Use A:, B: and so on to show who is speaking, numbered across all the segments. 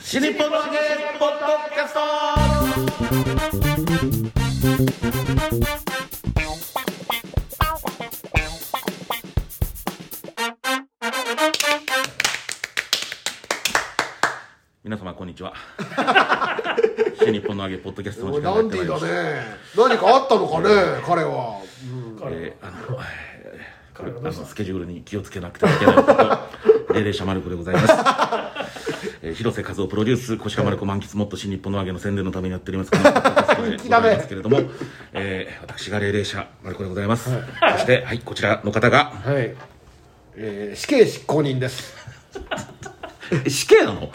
A: シリポンのゲーポッドキャスト皆様こんにちはシリポンのゲーポッドキャストの時間が
B: ラ
A: やっ
B: ン
A: て
B: デ
A: まいりまし
B: ィだ
A: た
B: ね何かあったのかね彼は、う
A: え
B: ん
A: ーあのえーあのスケジュールに気をつけなくてはいけないこと霊々者マルコでございます、えー広瀬和夫プロデュース越川マルコ満喫もっと新日本の揚げの宣伝のためにやっておりますこのポッドキャストでございますけれども、えー私が霊々者マルコでございます、そして、はい、こちらの方が
B: はい、えー死刑執行人です
A: え死刑なの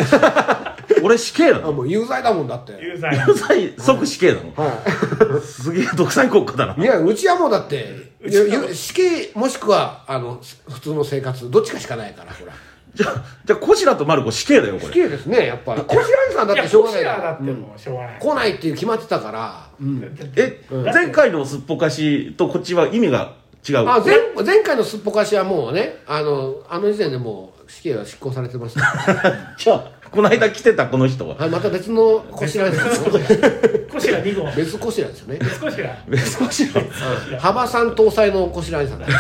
A: 俺死刑な
B: あ
A: の
B: もう有罪だもんだって
C: 有罪
A: 独裁即死刑なの、
B: は
A: すげえ独裁国家だない
B: いやうちはもうだって
C: うちはもう
B: ゆゆ死刑もしくはあのす普通の生活どっちかしかないからほら
A: じゃあじゃあコシラとマルコ死刑だよこ
B: 死
A: れ
B: 刑ですねやっぱり小白さんだっ
C: いや
B: てしょうが
C: こ
B: ない
C: ち
B: から
C: だってもうしょうがない
B: 来ないっていう決まってたから、
A: え、前回のすっぽかしとこっちは意味が違う
B: あ前前回のすっぽかしはもうねあのあの時点でもう死 刑は執行されてました
A: じゃあこの間来てたこの人は
B: はいまた別のこしらですよね
C: こちら2号
B: 別こしらですよね
C: こちら
A: 別の人
B: 幅さん搭載のこしらえ さんだはい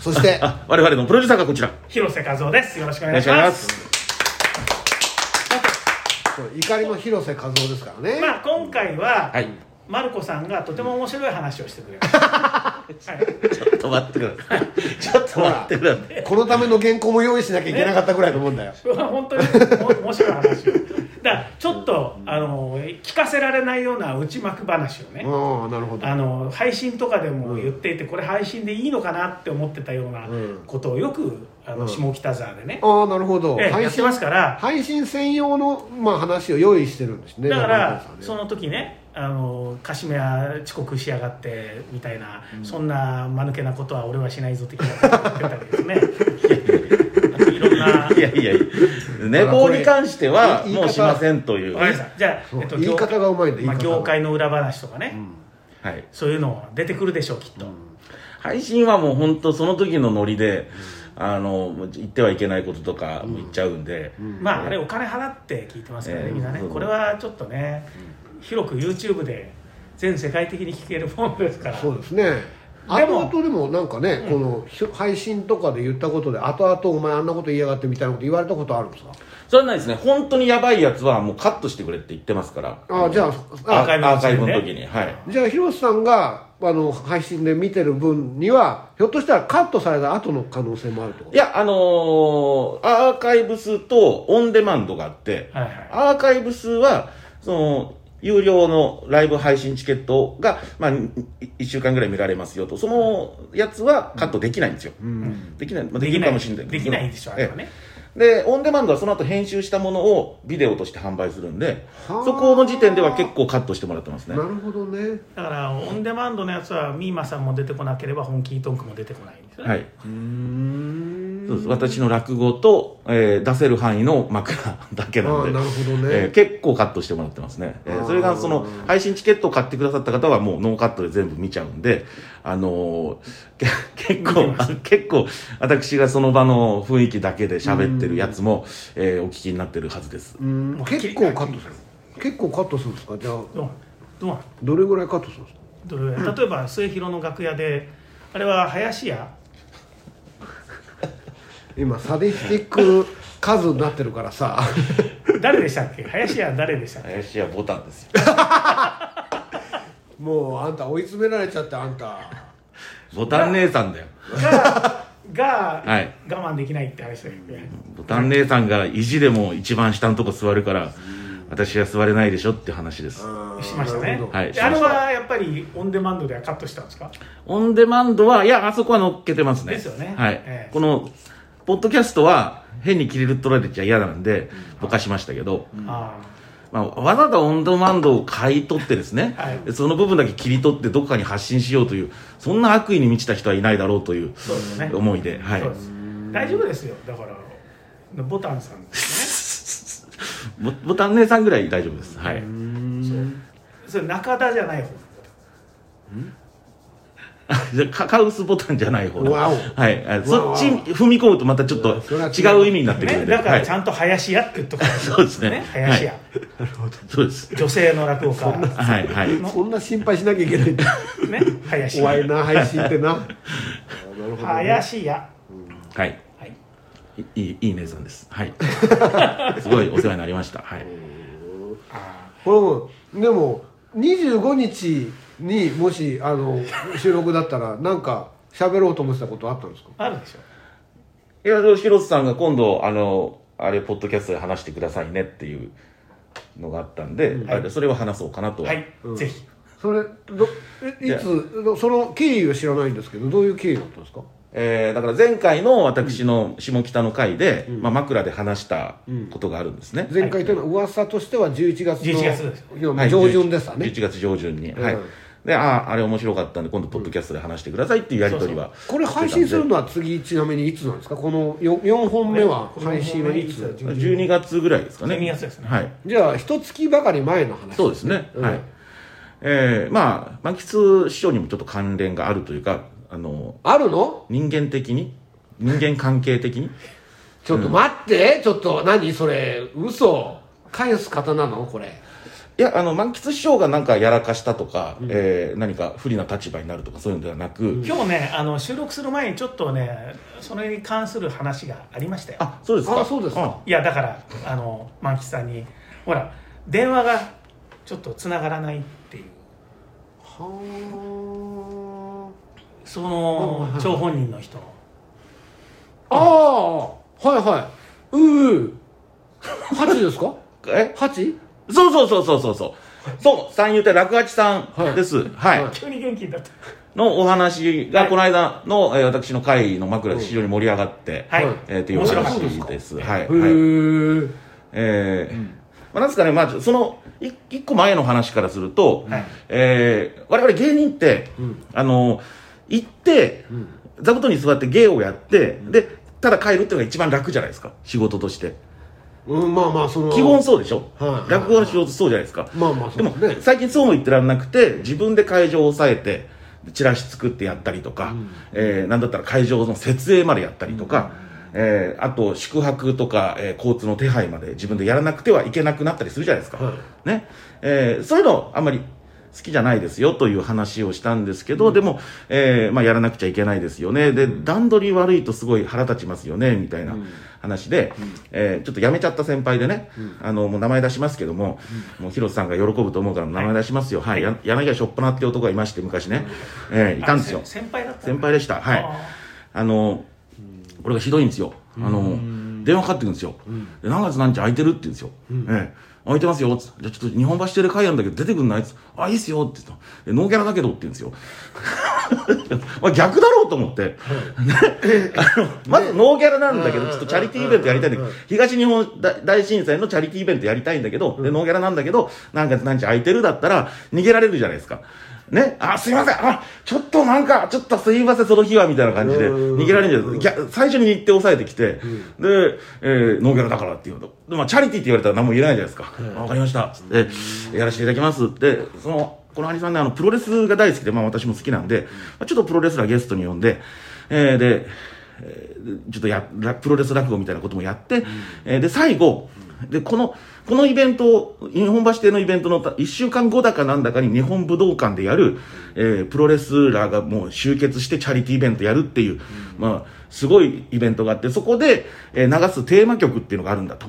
B: そして
A: あ我々のプロデューサーがこちらお
C: 広瀬和夫ですよろしくお
A: 願
C: 願
A: い
C: い
A: し
C: し
A: ま
C: ます
A: す
B: そう怒りの広瀬和夫ですからね、
C: まあ今回は
A: はい
C: マルコさんがとても面白い話をし てくれましたはい
A: ちょっと待ってくださいちょっと待ってください
B: このための原稿も用意しなきゃいけなかったぐらいのもん だよ
C: うわ本当にも面白い話をだからちょっとあの聞かせられないような内幕話をね
B: ああなるほど
C: あの配信とかでも言っていてこれ配信でいいのかなって思ってたような
B: うん
C: ことをよくあ
B: う
C: の
B: ん
C: 下北沢でね
B: ああなるほど
C: ええやってますから
B: 配信専用の、まあ、話を用意してるんですね
C: だか
B: 中
C: ら
B: 村さんね
C: その時ねあのカシメは遅刻しやがってみたいな、そんな間抜けなことは俺はしないぞ的なことを言ってたわけですねいろんない
A: やいやいや寝坊に関しては
B: 言い方
A: もうしませんという
C: ご
A: は
C: めん
A: い
C: なさいじゃあ、
B: そう言い方がうまいんだ
C: ま
B: 言い方が
C: あ、業界の裏話とかね、そういうの出てくるでしょうきっと、
A: 配信はもう本当その時のノリであのもう言ってはいけないこととかも言っちゃうんで
C: まああれお金払って聞いてますからね、
A: ええ
C: みんなね
A: そうそう
C: これはちょっとね、広く YouTube で全世界的に聞けるものですから
B: そうですね
C: でも
B: 後々でもなんかね、このひ配信とかで言ったことで後々お前あんなこと言いやがってみたいなこと言われたことあるんですか
A: それはないですね本当にやばいやつはもうカットしてくれって言ってますから
B: ああじゃあ
A: ア
B: あ
A: ーカイブ
C: アーカイブ
A: の
C: の
A: 時
C: 時
A: にはい
B: じゃあ広瀬さんがあの配信で見てる分にはひょっとしたらカットされた後の可能性もあるってこ
A: い
B: と
A: や、あのーアーカイブ数とオンデマンドがあって、
C: はいはい
A: アーカイブ数は、その、有料のライブ配信チケットが、まあ、1週間ぐらい見られますよと、そのやつはカットできないんですよ。できない、まあ、できるかもしれない
C: できないでしょあれはね、
A: ええで、オンデマンドはその後編集したものをビデオとして販売するんで、
B: はあ
A: そこの時点では結構カットしてもらってますね。
B: なるほどね
C: だからオンデマンドのやつはミーマさんも出てこなければ本気トンクも出てこないんですよね、
A: はい。
B: うん
A: そうです私の落語と、えー出せる範囲の枕だけなんで
B: あーなるほどね
A: えー結構カットしてもらってますね、えー
B: あー
A: それがその配信チケットを買ってくださった方はもうノーカットで全部見ちゃうんで、あのーけ 結構あ結構私がその場の雰囲気だけで喋ってるやつも、えーお聞きになってるはずです
B: うん結構カットする結構カットするんですかじゃあ
C: どうもどうも
B: どれぐらいカットするんですか
C: どれぐらい例えば末広の楽屋であれは林家
B: 今サディスティック数になってるか らさ
C: 誰でしたっけ林家誰でしたっけ
A: 林家ボタンですよ
B: もうあんた追い詰められちゃってあんた
A: ボタン姉さんだよ
C: がが、
A: はい
C: 我慢できないって話だよね
A: ボタン姉さんが意地でも一番下のとこ座るから私は座れないでしょっていう話です
C: しましたね、
A: はい
C: であれはやっぱりオンデマンドではカットしたんですか
A: オンデマンドは、いや、あそこは乗っけてますね。
C: ですよね
A: はい。
C: ええ
A: この、ポッドキャストは、変に切り取られちゃ嫌なんで、ぼかしましたけど、
C: あ
A: まあ、わざわざオンデマンドを買い取ってですね、
C: はい
A: でその部分だけ切り取ってどっかに発信しようという、そんな悪意に満ちた人はいないだろうという
C: そうですね
A: 思いで、
C: あ、
A: はい
C: そう。です大丈夫ですよだからボタンさんです
A: ボボタン姉さんぐらい大丈夫です。はい。
C: ねそうそれ中田じゃない方
A: じゃあ カカウスボタンじゃない方だ
B: わお
A: はいあ
B: わ
A: そ
B: お
A: っち踏み込むとまたちょっと
B: うんそれは違う
A: 違う意味になってくるん
C: ね、
A: で
C: だか
A: は
C: ら
A: い
C: ちゃんと林家って言っとく
A: そうですね
C: 林家、
A: はそうです
C: 女性の落語家
A: はいはい
B: そんな心配しなきゃい けないんだ
C: ね林
B: 怖い
C: 家
B: な配信ってなあなるほどね
C: 林家
A: はい
C: はい
A: いいいいい姉さんですはい すごいお世話になりましたはい
C: あ
B: これもでも25日にもしあの収録だったらなんか喋ろうと思ってたことあったんですか
C: ーあるでしょ
A: いや、でも広瀬さんが今度、あの、あれ、ポッドキャストで話してくださいねっていうのがあったんで、あれそれを話そうかなと。
C: はい、ぜひ
B: それどえ
A: い
B: い
A: や
B: つどその経緯は知らないんですけどどういう経緯だったんですか
A: えーだから前回の私の下北の回で、まあ、枕で話したことがあるんですね。
B: 前回というのは噂としては11月の
C: 11月です
B: 要
A: は
B: はい上旬でしたね、
A: 11月上旬に。はい。
B: うん
A: で、ああ、あれ面白かったんで、今度、ポッドキャストで話してくださいっていうやりとりは
B: これ配信する
A: の
B: のは次ちなみにいつなんですかこの 4, 四本目は
C: この
B: 配信はいつ
C: この
A: 12月ぐらいですかね。
C: 12月ですね
A: はい。
B: じゃあ一月ばかり前の話
A: そうですね、
B: うん
A: はいえー、まあ満喫師匠にもちょっと関連があるというかあの
B: あるの
A: 人間的に人間関係的に
B: ちょっと待って、ちょっと何それ嘘返す方なのこれ
A: いやあの満喫師匠が何かやらかしたとか、えー何か不利な立場になるとかそういうのではなく、
C: 今日ねあの収録する前にちょっとねそれに関する話がありましたよ
A: あそうですか
B: あそうですか
C: いやだからあの満吉さんにほら電話がちょっとつながらないっていう
B: は
C: その張本人の人の
B: あああはいはいうう八ですか
A: うんえ
B: 八
A: そうそうそうそうそうそうそう三遊亭楽八さんですはい、
B: はい
C: 急に元気になった
A: のお話
C: は
A: が
C: い
A: この間の、えー私の会の枕で非常に盛り上がって、
C: はい、
B: はい
A: えーっていうお
C: 面白か
A: 話
C: った
B: ですか
A: ですはい、
B: へえ、
A: はい、えーまあ、なんですかね、まあ、そのい一個前の話からすると、
C: はい
A: えー我々芸人って、
B: うん
A: あの行って
B: うん
A: 座布団に座って芸をやって、でただ帰るっていうのが一番楽じゃないですか仕事として
B: うん、まあまあその
A: 基本そうでしょ、
B: はい
A: 落語の仕事そうじゃないですか、
B: まあまあそ
A: で
B: う
A: も、
B: ですね
A: 最近そうも言ってらんなくて自分で会場を抑えてチラシ作ってやったりとか、えーなんだったら会場の設営までやったりとか、えーあと宿泊とか、えー交通の手配まで自分でやらなくてはいけなくなったりするじゃないですか、
B: は
A: ねえーそういうのあんまり好きじゃないですよという話をしたんですけど、でも、えーまあ、やらなくちゃいけないですよねで段取り悪いとすごい腹立ちますよねみたいな話で、えーちょっと辞めちゃった先輩でね、あのもう名前出しますけども,、もう広瀬さんが喜ぶと思うから名前出しますよ、はいや柳家しょっぱなって男がいまして昔ね、えーいたんですよ
C: あせ先輩だった
A: 先輩でしたはい
C: あ
A: あのこれがひどいんですよあの電話かかってくるんですよで何月何日空いてるって言うんですよええ空いてますよつってじゃあちょっと日本橋テレ会やるんだけど出てくんないつってあいいっすよって言ったでノーギャラだけどって言うんですよ まあ逆だろうと思って、ねあの まずノーギャラなんだけど、
B: うん
A: ちょっとチャリティーイベントやりたいんだけ
B: うん
A: ど
B: うん、
A: 東日本大大震災のチャリティーイベントやりたいんだけど、でノーギャラなんだけど、何月何日空いてるだったら、逃げられるじゃないですか。ね、あ、すいません、あ、ちょっとなんか、ちょっとすいません、その日は、みたいな感じで、
B: うん
A: 逃げられるんじゃないですか。最初に日程押さえてきて、で、えーノーギャラだからっていうと、でまあ、チャリティーって言われたら何も言えないじゃないですか。あわかりました、つって、やらせていただきますって、その、この兄さんね、あの、プロレスが大好きで、まあ私も好きなんで、まあちょっとプロレスラーゲストに呼んで、えーで、えーちょっとやらプロレス落語みたいなこともやって、えーで最後でこのこのイベントを日本橋邸のイベントの1週間後だかなんだかに日本武道館でやる、えープロレスラーがもう集結してチャリティーイベントやるっていう、まあ、すごいイベントがあってそこで、えー流すテーマ曲っていうのがあるんだと、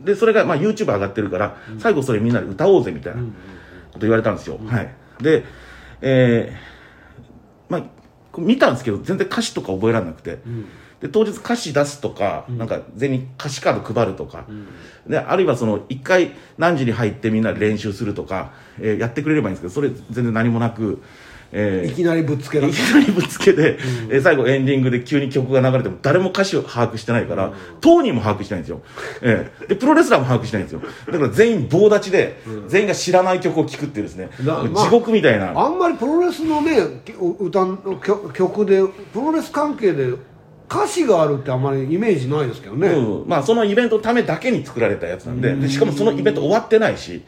A: でそれが、まあ、YouTube 上がってるから、最後それみんなで歌おうぜみたいなこと言われたんですよ、はいで、えーまあ、こう見たんですけど全然歌詞とか覚えられなくて、で当日歌詞出すとか,、なんか全員歌詞カード配るとか、であるいはその一回何時に入ってみんなで練習するとか、えーやってくれればいいんですけどそれ全然何もなく、えー
B: い、いきなりぶっつけら
A: い
B: れ
A: き
B: た
A: なりぶつけて、えー最後エンディングで急に曲が流れても誰も歌詞を把握してないから、当人も把握してないんですよ、ええでプロレスラーも把握してないんですよだから全員棒立ちで、全員が知らない曲を聴くっていうですね、
B: な
A: もう
B: まあ
A: 地獄みたいな、
B: あんまりプロレスのねき歌の曲曲でプロレス関係で歌詞があるってあんまりイメージないですけどね、
A: うんまあ、そのイベントのためだけに作られたやつなんででしかもそのイベント終わってないし、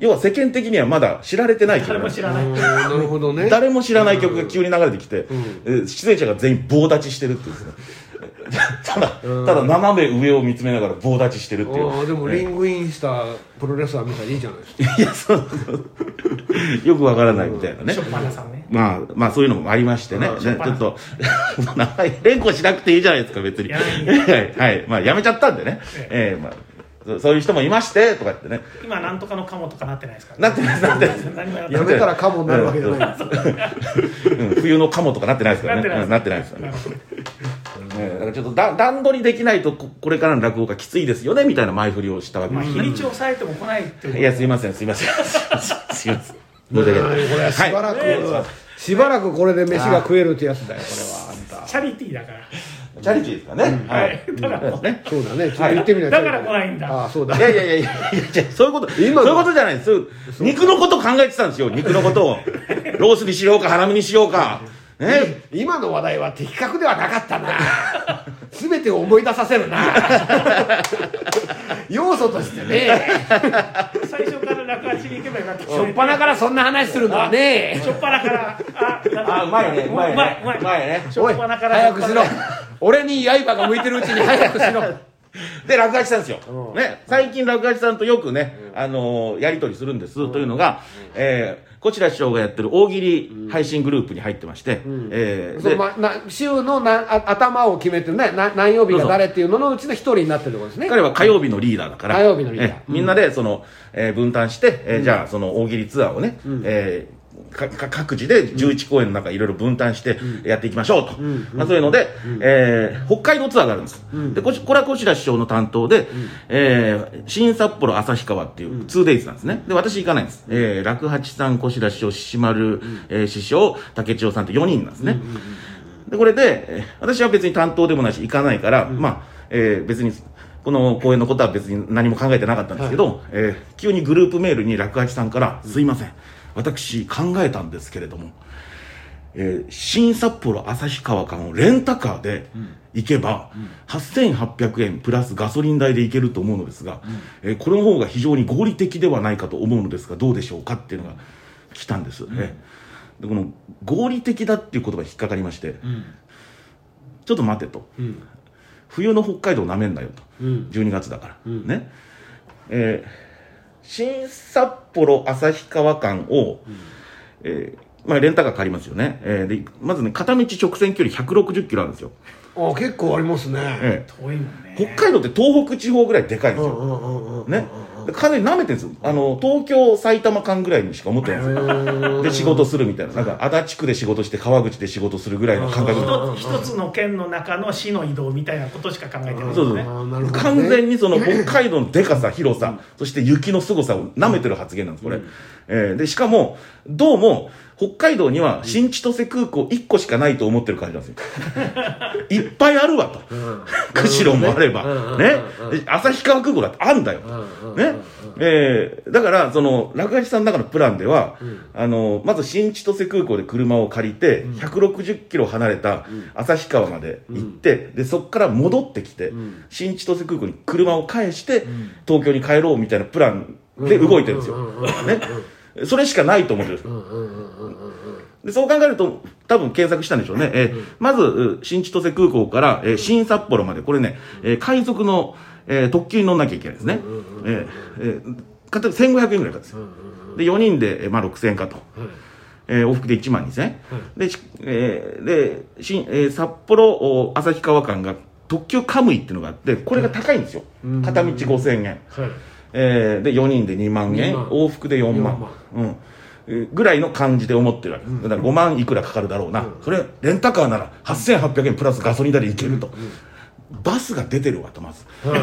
A: 要は世間的にはまだ知られてない曲
C: 誰
A: なん
C: も
A: です
C: 知らない、
B: うんなるほどね
A: 誰も知らない曲が急に流れてきて、
B: ん
A: えー出演者が全員棒立ちしてるっ ていうですねただただ斜め上を見つめながら棒立ちしてるっていう
B: ああでも
A: ね
B: リングインしたプロレスラーみたいでいいじゃないですか
A: いやそうよくわからないみたいなね
C: しょっぱなさんね
A: まあまあそういうのもありましてね
C: う
A: ね
C: ん
A: ちょっと 名前連呼しなくていいじゃないですか別に
C: やらないん
A: はいはいまあやめちゃったんでねええまあそそういう人もいましてとかってね
C: 今なんとかのかもとかなってないですから、
A: なってますなってます
C: す何もやって
B: や
C: ない
B: めたらカモになるわけじゃない
A: うん冬のカモとかなってないですから
C: なって
A: ね
C: ない
A: うんなってないですよ
C: な
A: ね
C: るほど
A: ねだからちょっとだ段取りできないとここれからの落語がきついですよねみたいな前振りをしたわけ
C: まあ
A: です
C: 日にちを抑えても来ないっていう
A: いやすいませんすいませんすいません申し訳ない
B: これはしばらく、
A: はいね
B: しばらくこれで飯が食えるってやつだよこれはあん
C: チャリティーだから
A: チャリティーですかね、
C: はいだから
A: そうですね
B: たそうだねちょっと言ってみないと
C: はいだから来ないんだ
B: ああそうだ
A: いやいやいやいやいやそういうことそうい
B: 今の
A: うことじゃないですそう肉のこと考えてたんですよ肉のこと をロースにしようかハラミにしようかね
B: 今の話題は的確ではなかったな全てを思い出させるな 要素としてね
C: 最初から落八に行けばよかった
B: しょっぱなからそんな話するのはね
C: しょっぱなからあ
A: あうまいねうまいね
C: うまいうまいう
A: まいね
C: しょ
B: おい
C: っぱなから
B: 早くしろ俺に刃が向いてるうちに早くしろ
A: で落書きしたんですよ、ね、最近落書きさんとよくね、あのーやり取りするんです、というのが、えー、こちら師匠がやってる大喜利配信グループに入ってまして、えー
B: そ
A: で
B: う、ま、な週のなあ頭を決めてるねな何曜日が誰っていうののうちの一人になってるところですね
A: 彼は火曜日のリーダーだから、
B: 火曜日のリーダー
A: えみんなでその、えー分担して、えーじゃあその大喜利ツアーをね、えーかか各自で11公演の中いろいろ分担してやっていきましょうと、まあ、そういうので、えー北海道ツアーがあるんです、でこしこれはこちら師匠の担当で、えー新札幌旭川っていう 2days なんですねで私行かないんです、えー楽八さんこしら師匠獅子丸、えー師匠竹千代さんって4人なんですね、でこれで、えー私は別に担当でもないし行かないから、まあ、えー別にこの公演のことは別に何も考えてなかったんですけど、えー急にグループメールに落八さんから「すいません私考えたんですけれども、えー新札幌旭川間をレンタカーで行けば、8800円プラスガソリン代で行けると思うのですが、えーこれの方が非常に合理的ではないかと思うのですがどうでしょうかっていうのが来たんです、えーでこの合理的だっていう言葉に引っかかりまして、ちょっと待てと、冬の北海道なめんなよと、12月だから、ねえー新札幌旭川間を、えーまあ、レンタカー借りますよね、えーでまずね片道直線距離160キロあるんですよ、
B: あ結構ありますね
A: え
C: 遠いもんね
A: ー北海道って東北地方ぐらいでかいんですよ、
B: うんうんうんうん
A: ねでかなり舐めてるんですよあの東京埼玉間ぐらいにしか思ってないんですよで仕事するみたいななんか足立区で仕事して川口で仕事するぐらいの感覚
C: 一つ一つの県の中の市の移動みたいなことしか考えてないです
A: そうそう
C: ね
B: あなるほどね
A: 完全にその北海道のでかさ、広さ、そして雪の凄さを舐めてる発言なんです、これ。えーで、しかも、どうも、北海道には新千歳空港1個しかないと思ってる感じなん ですよ。いっぱいあるわと。釧路もあれば、ね。で旭川空港だってあんだよと。ね。えーだから、その、落書きさんの中のプランでは、あの、まず新千歳空港で車を借りて、160キロ離れた旭川まで行って、で、そこから戻ってきて、新千歳空港に車を返して、東京に帰ろうみたいなプランで動いてるんですよ。ね。それしかないと思ってるんですよでそう考えると、多分検索したんでしょうね。えーまず、う新千歳空港から、えー新札幌まで、これね、えー海賊の、えー特急に乗んなきゃいけないですね。えーえーかた1500円ぐらいかですよ。で、4人で、えーまあ、6000円かと。えー往復で1万2000円。で、しえーで新えー札幌、お旭川間が特急カムイっていうのがあって、これが高いんですよ。片道5000円。
B: はい
A: えーで4人で2万円
B: 2万
A: 往復で4万
B: 4万
A: うんえーぐらいの感じで思ってるわけです、だから5万いくらかかるだろうな、それレンタカーなら8800円プラスガソリン代でいけると、バスが出てるわとまず
B: はい、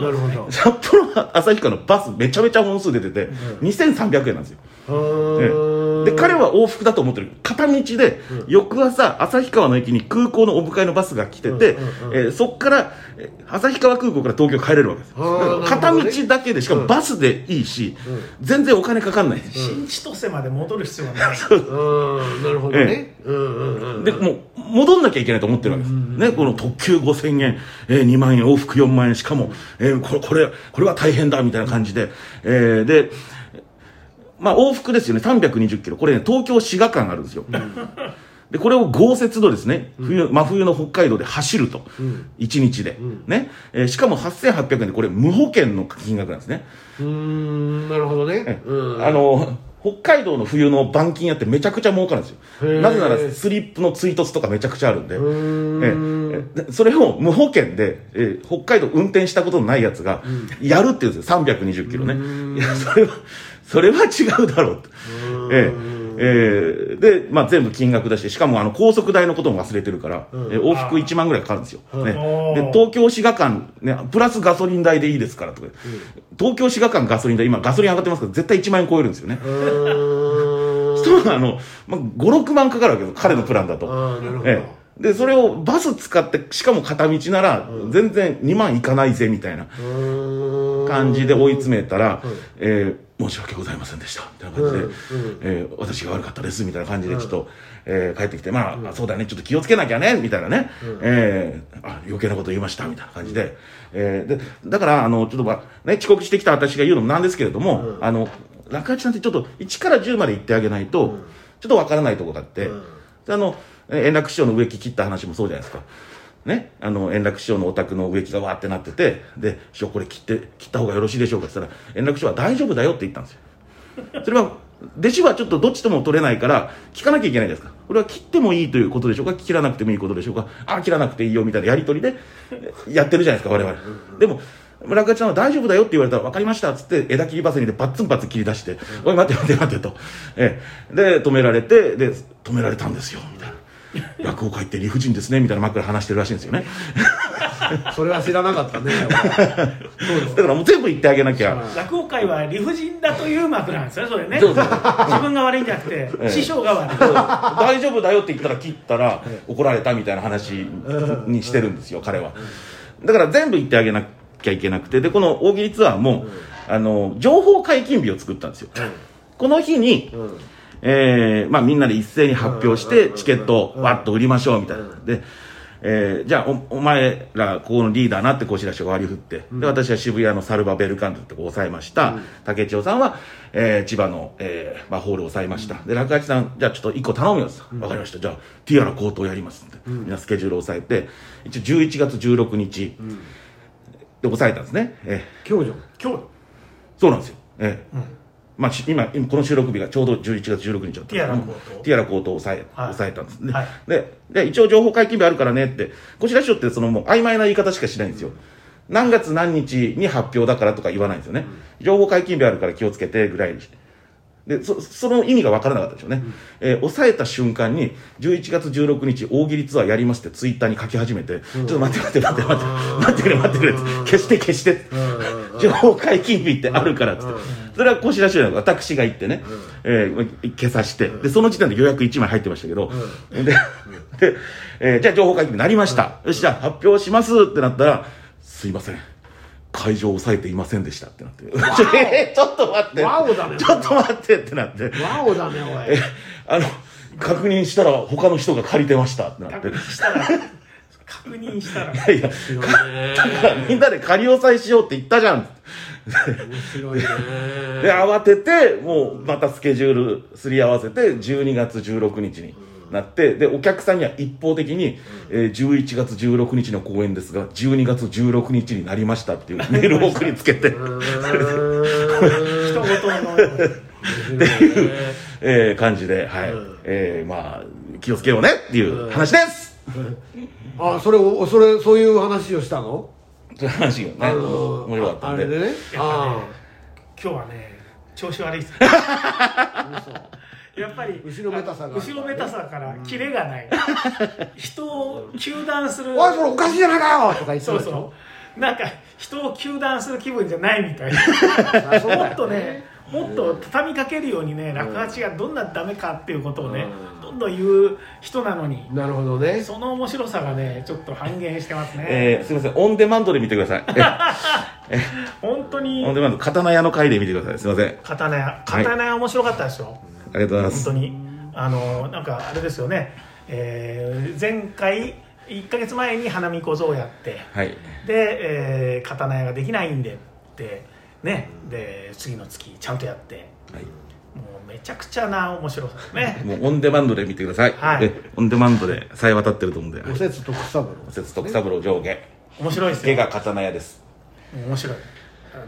B: なるほど
A: 札幌旭川のバスめちゃめちゃ本数出てて、2300円なんですよ、
B: うーん
A: えで彼は往復だと思ってる片道で、翌朝旭川の駅に空港のお迎えのバスが来てて、
B: うんうんうん
A: えーそっからえー旭川空港から東京帰れるわけです
B: あーなるほどね
A: 片道だけでしかもバスでいいし、全然お金かかんない、
C: 新千歳まで戻る必要はない
B: うんなるほどねうんうんうん
A: でもう戻んなきゃいけないと思ってるわけです、ね、この特急5000円、えー2万円往復4万円しかも、えーこれこれこれは大変だみたいな感じで、えーでまあ往復ですよね320キロこれね東京滋賀間あるんですよ、でこれを豪雪のですね冬、真冬の北海道で走ると、一1日で、ねえーしかも8800円でこれ無保険の金額なんですね、
B: うーんなるほどねうん
A: あの北海道の冬の板金屋ってめちゃくちゃ儲かるんです
B: へー
A: よなぜならスリップの追突とかめちゃくちゃあるんで
B: うーん
A: ええでそれを無保険で、えー北海道運転したことのないやつがやるって言うんですよ320キロ
B: うん
A: ねいやそれはそれは違うだろうと
B: うん
A: ええええで、まあ、全部金額だししかもあの高速代のことも忘れてるから、
B: ん
A: え往復1万ぐらいかかるんですよ、
B: うん
A: ね、
C: おー
A: で東京滋賀間、ね、プラスガソリン代でいいですからとか、東京滋賀間ガソリン代今ガソリン上がってますから絶対1万円超えるんですよね、
B: うーん
A: そうなの、まあ、56万かかるわけです彼のプランだと、
B: ああなるほど
A: ええ、でそれをバス使ってしかも片道なら全然2万いかないぜみたいな
B: うーん
A: 感じで追い詰めたら
B: うん
A: 「えー申し訳ございませんでした」みたいな感じで
B: うんうん
A: 「えー私が悪かったです」みたいな感じでちょっとえー帰ってきて「まあそうだねちょっと気をつけなきゃね」みたいなね「えーあ余計なこと言いました」みたいな感じでえーでだからあのちょっとまあね遅刻してきた私が言うのもなんですけれどもあの落八さんってちょっと1から10まで言ってあげないとちょっとわからないとこがあって。
B: うん
A: であのえー円楽師匠の植木切った話もそうじゃないですか。ね、あの円楽師匠のお宅の植木がわーってなってて「で師匠これ切って切った方がよろしいでしょうか」って言ったら円楽師匠は「大丈夫だよ」って言ったんですよ。それは弟子はちょっとどっちとも取れないから聞かなきゃいけないじゃないですかこれは切ってもいいということでしょうか切らなくてもいいことでしょうかああ切らなくていいよみたいなやり取りでやってるじゃないですか我々でも村上ちゃんは大丈夫だよって言われたら分かりましたっつって枝切りバサミでバッツンバッツン切り出して「おい待って待って待って」と、ええで止められてで止められたんですよみたいな。 落語界って理不尽ですねみたいな枕話してるらしいんですよね
B: それは知らなかったねそうで す
A: だからもう全部言ってあげなきゃ
C: 落語界は理不尽だという幕なんですよねそれね
A: そうそう
C: 自分が悪いんじゃなくて、師匠が悪い
A: 大丈夫だよって言ったら切ったら怒られたみたいな話にしてるんですよ彼はだから全部言ってあげなきゃいけなくてでこの大喜利ツアーもあの情報解禁日を作ったんですよこの日に
B: うん
A: えーまあ、みんなで一斉に発表し
B: うんうんうん
A: て
B: うん
A: チケットをわっと売りましょうみたいなで、えーじゃあおお前らここのリーダーなってこうしらしが割り振ってで私は渋谷のサルバベルカントってとこを抑えました、竹千代さんは、えー千葉の、えーまあ、ホールを抑えました、で落八さんじゃあちょっと1個頼むよってわかりましたじゃあティアラ口頭やりますんで、みんなスケジュールを抑えて一応11月16日で抑えたんですね、えー
B: 今日じゃん
C: 今日
A: そうなんですよ。ええまあ、し今、今この収録日がちょうど11月16日だったんですけど
C: ティアラコート
A: うんティアラコートを抑え、
C: はい
A: 抑えたんですね、
C: はい
A: で。で、一応情報解禁日あるからねって、こちら師匠ってそのもう曖昧な言い方しかしないんですよ。何月何日に発表だからとか言わないんですよね。情報解禁日あるから気をつけてぐらいにで、そその意味が分からなかったでしょうね。えー抑えた瞬間に、11月16日大喜利ツアーやりますってツイッターに書き始めて、ちょっと待って待って待って待って、待ってくれ待ってくれって、消して消してって。情報解禁日ってあるからっつって、それはこしらしの私が行ってね、えー消さして、でその時点で予約1枚入ってましたけど、でで、えーじゃあ情報解禁日になりました、よしじゃあ発表しますってなったら「すいません会場を抑えていませんでした」ってなって「えー ちょっと待って
B: ワオだね
A: ちょっと待って」ってなって
B: ワオだねおい
A: 「あの確認したら他の人が借りてました」ってなって
C: 確。認したら確認した ら
A: いやいや
B: 面白いね
A: だ からみんなで仮押さえしようって言ったじゃん
B: 面白いね
A: で慌ててもうまたスケジュールすり合わせて12月16日になってでお客さんには一方的に、えー11月16日の公演ですが12月16日になりましたっていうメールを送りつけて、
B: うーん
C: 人事のように
B: 面白いね
A: えー感じで、はいえーまあ、気をつけようねっていう話です、
B: あそれおそれそういう話をしたの
A: という話がね面白かった
B: あ
A: ん
B: れ
A: で
B: でねあ
C: 今日はね調子悪いですやっぱり
B: 後ろめたさがある
C: 後ろめたさからキレがない人を糾弾する
B: あおいそれおかしいじゃないかよとか言ってた
C: そ
B: で
C: う
B: しょ
C: そうなんか人を糾弾する気分じゃないみたいな
B: あそうだよ
C: もっとねもっと畳みかけるようにね落八がどんなダメかっていうことをね
B: うん
C: どんどん言う人なのに
B: なるほどね
C: その面白さがねちょっと半減してますね、
A: えー、すみません、オンデマンドで見てください。
C: 本当
A: え
C: に
A: オンデマンド、刀屋の回で見てください。すみません。あ
C: 刀屋刀屋面白かったですよ、
A: りがとうございま
C: 本
A: す
C: 当。にあのなんかあれですよね、えー前回1か月前に花見小僧やって
A: はい。
C: で、えー刀屋ができないんでってねで次の月ちゃんとやって
A: はい。
C: もうめちゃくちゃな面白さですね
A: もうオンデマンドで見てください。
C: はい
A: えオンデマンドでさえ渡ってると思うんで。
B: おせつと草ぶ
A: お節徳三郎上下。
C: 面白いです
A: 下
C: よ
A: が刀屋です。
C: 面白い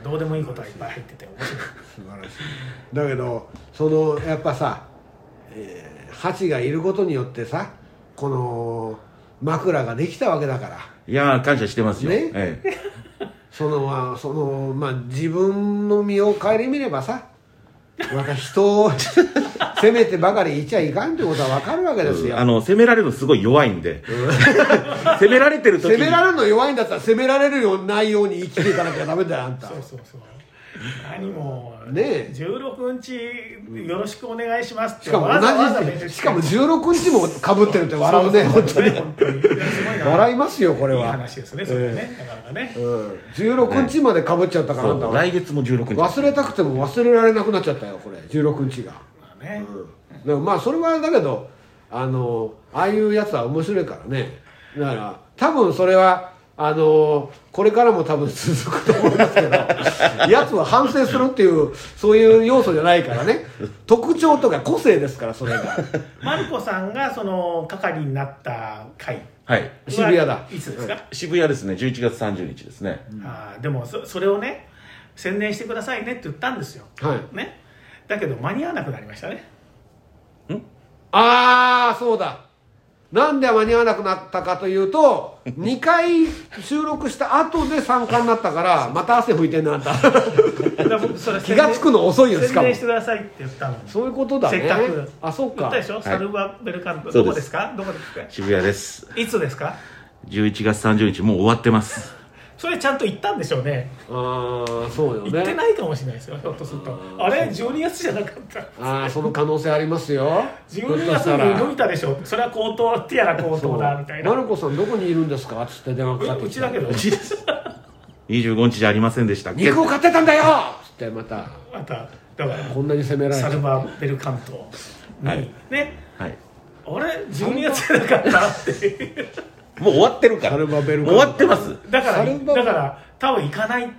C: どうでもいいことがいっぱい入ってて面白い
B: 素晴らしいだけどそのやっぱさ、えー、ハチがいることによってさこの枕ができたわけだから
A: いやー、感謝してますよ。
B: ね
A: ええ
B: そのあそのまあ自分の身を顧みればさまた人を 責めてばかりいちゃいかんってことはわかるわけですよ、
A: あの、攻められるのすごい弱いんで。 攻められてる時
B: 責
A: に。
B: められるの弱いんだったら責められるようないように生きていかなきゃダメだよあんた
C: そうそうそう何も
B: ねえ
C: 16日よろしくお願いしますって
B: しかも
C: わざわざ
B: 同
C: 練習
B: じ
C: て
B: しかも16日もかぶってるって笑うね
C: そう
B: 本
C: そ
B: 当
C: う
B: に
C: そう本当にいやすごいな
B: 笑いますよこれはい
C: い話ですねそれはね、なかなかね
B: うん、16日までかぶっちゃったから
A: そ
B: あん
A: う
B: たは
A: 来月も16日。
B: 忘れたくても忘れられなくなっちゃったよこれ16日が、
C: まあね、
B: うん、でもまあそれはだけどあのああいうやつは面白いからねだから多分それはあのこれからも多分続くと思いますけど やつは反省するっていうそういう要素じゃないからね特徴とか個性ですからそれ が
C: マルコさんがその係になった回
A: はい。
B: 渋谷だ
C: いつですか、
A: 渋谷ですね、11月30日ですね。
C: あーでもそそれをね宣伝してくださいねって言ったんですよ、
B: はい
C: ね、だけど間に合わなくなりましたね
B: ああそうだなんで間に合わなくなったかというと2回収録した後で参加になったからまた汗拭いてんなあ んた
C: だから僕それ
B: 気がつくの遅いよしか
C: 宣
B: も
C: 伝してくださいって言ったのに
B: そういうことだね
C: せっかく
B: あそっ
C: 言
B: か
C: ったでしょ、サルバベルカントどこですかどこですか
A: 渋谷です。
C: いつですか
A: 11月30日、もう終わってます。
C: それちゃんと行ったんでしょうね
B: ああそうよね
C: 行ってないかもしれないですよひょっとするとあれ12月じゃなかった
B: ああその可能性ありますよ
C: 12月に伸びたでしょそれは高騰ってやら高
B: そう
C: 騰だみたいな
B: マルコさんどこにいるんですか?」っつって電話かかって
C: う
B: き
C: ち
B: た
C: だけど
A: 25日じゃありませんでしたっけ
B: 肉を買ってたんだよ!」っつってまた
C: まただから
B: こんなに責められ
C: サ
B: て
C: ルバベル関東に、
A: はい
C: ね
A: はい。
C: あれ12月じゃなかったって
A: もう終わってるから。
B: サルバベル
A: もう終わってます。
C: だか
B: サ
C: ら
B: ルバ
C: だから多分行かない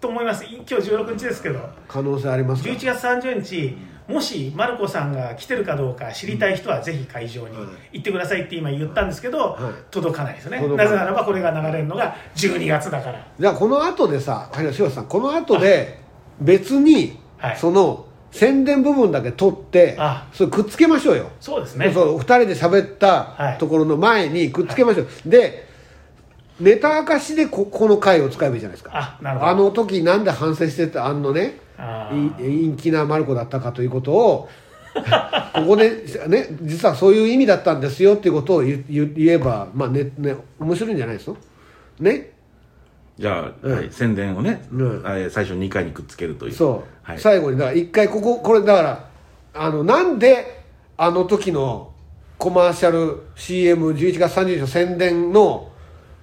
C: と思います今日16日ですけど
B: 可能性ありますか
C: 11月30日もしマルコさんが来てるかどうか知りたい人はぜひ会場に行ってくださいって今言ったんですけど、
B: はい
C: 届かないですね
B: 届かな
C: ないぜならばこれが流れるのが12月だから
B: じゃあこの後でさはい柴田さんこの後で別に
C: はい
B: その宣伝部分だけ取って
C: あ
B: それくっつけましょうよ
C: そうですね
B: そう2人で喋った
C: い
B: ところの前にくっつけましょう、でネタ明かしでここの回を使えばいいじゃないですか
C: あなるほど
B: あの時なんで反省してたあのね
C: あ
B: い
C: ー
B: 陰気なマルコだったかということを ここで、ね、実はそういう意味だったんですよっていうことを言言言えば、まあねね、面白いんじゃないですかね
A: じゃあ、はい宣伝をね、
B: うん
A: あえ最初2回にくっつけるという。
B: そう、
A: はい。
B: 最後にだから一回こここれだからあのなんであの時のコマーシャル CM11 月30日の宣伝の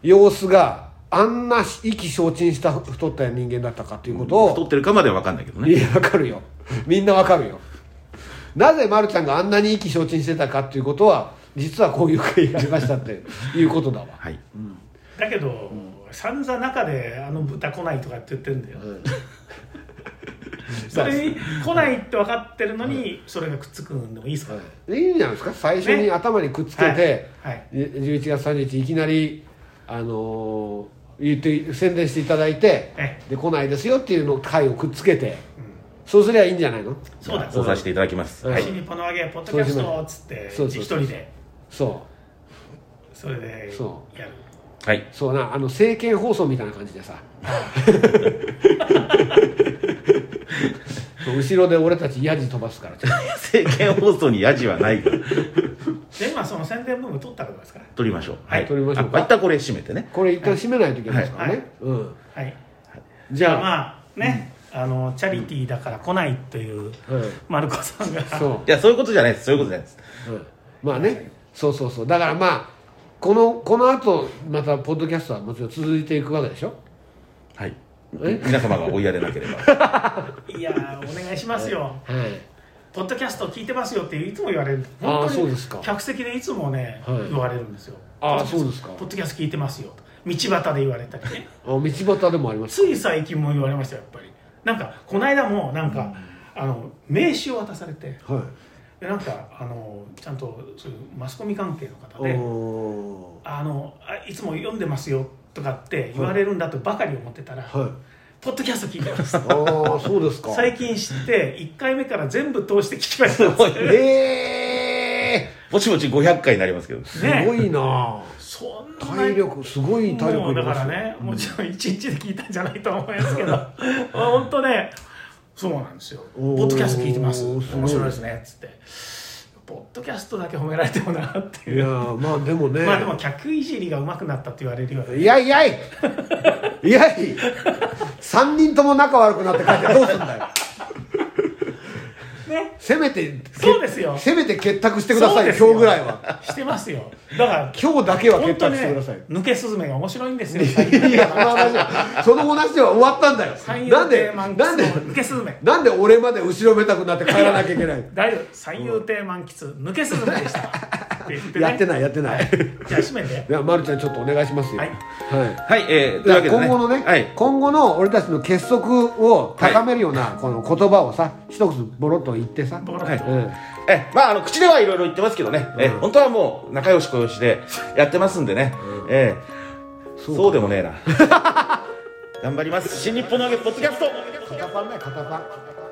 B: 様子があんな意気消沈した太った人間だったかということ
A: 太
B: を、
A: ってるかまでは分かんないけどね。
B: いやわかるよみんなわかるよなぜまるちゃんがあんなに意気消沈してたかということは実はこういう会がありましたっていうことだわ
A: はい。
C: だけど、散々中であの豚来ないとかって言ってるんだよ、それに来ないって分かってるのに、それがくっつくんでもいいですか、
B: いいんじゃないですか最初に
C: ね
B: 頭にくっつけて、
C: はいはい
B: 11月30日いきなり、あのー言って宣伝していただいて
C: え
B: で来ないですよっていうの回をくっつけて、そうすりゃいいんじゃないの
C: そうだ
A: そ
C: そううだ
A: させていただきます。
B: うん
A: はい。
C: 新日本の揚げポッドキャストっつって
B: そうし
C: 一
B: ましょう
C: 人で
B: そ
C: それで
B: そ
C: やる
A: はい。
B: うそうなあの政見放送みたいな感じで さそう後ろで俺たちヤジ飛ばすから
A: 政権放送にヤジはないから。
C: で今その宣伝部分取ったらどうですか
A: 撮りましょう。
C: はい
B: 撮りましょうか
A: あ一旦これ閉めてね。
B: これ一旦閉めないといけないですからね、
C: はい
B: うん、
C: はい
B: じゃあ、
C: まあね、あのチャリティーだから来ないという、マルコさんが
B: そう
A: いやそういうことじゃないですそういうことじゃないです
B: うんまあねそうそうそうだからまあこのこの後またポッドキャストはもちろん続いていくわけでしょ
A: はい
B: え
A: 皆様がお嫌でなければ
C: いやーお願いしますよ
B: はい
C: ポッドキャスト聞いてますよっていつも言われる
B: あー
C: 本当に
B: そうですか
C: 客席でいつもね、
B: はい
C: 言われるんですよ
B: あー
C: ポッドキャスト
B: そうですか
C: ポッドキャスト聞いてますよと道端で言われたりね
B: あ道端でもあります
C: つい最近も言われましたよやっぱりなんかこの間もなんか、あの名刺を渡されて
B: はい
C: でなんかあのちゃんとそういうマスコミ関係の方
B: お
C: で
B: お
C: あのあいつも読んでますよとかって言われるんだとばかり思ってたら、
B: はい
C: ポッドキャスト聞い てます
B: ああそうですか
C: 最近知って1回目から全部通して聞き ました
B: え
A: ぼちぼち500回になりますけど
B: ー、
C: ね
B: すごいな
C: そんな
B: 体力すごい体力
C: もう
B: いり
C: だか
B: ます
C: ら
B: よ
C: ね、もちろん一日で聞いたんじゃないと思いますけどまあ本当ねそうなんですよ「ポ
B: おー
C: ッドキャスト聞いてます
B: すごい
C: 面白いですね」っつって「ポッドキャストだけ褒められてもな」って
B: い
C: い
B: や
C: う
B: ーまあでもね
C: まあでも客いじりが上手くなったって言われるよね
B: いやいやいいやい3人とも仲悪くなって帰ってどうすんだよ
C: ね
B: せめて
C: そうですよ
B: せめて結託してくださいよ
C: そうで
B: 今日
C: すよ
B: ぐらいは
C: してますよだから
B: 今日だけは
C: 本
B: 結
C: 当
B: 託
C: ね
B: してくださいよ、
C: 抜けスズメが面白いんですよ
B: いやその話はその話は終わったんだよ
C: 三
B: なん
C: 遊
B: で
C: 亭満
B: なんで
C: 喫の抜けスズメ
B: なんで俺まで後ろめたくなって帰らなきゃいけない
C: 大丈夫三遊亭満喫抜けスズメでしたって言ってね
B: やってないやってない
C: じゃあ閉め て
B: いやまるちゃんちょっとお願いしますよ
C: はい
B: はい
A: はいえー、という
B: だ
A: わ
B: か
A: け
B: ら
A: で、ね、
B: 今後のね、
A: はい
B: 今後の俺たちの結束を高めるようなこの言葉をさ一つボロッと言ってさ、
C: ボロッと
B: はいうん
A: えまああの口ではいろいろ言ってますけどね、え本当はもう仲良し小良しでやってますんでね、えーそうで もねえな頑張ります新日本の揚げポッドキャスト
B: 片パンだよ片パン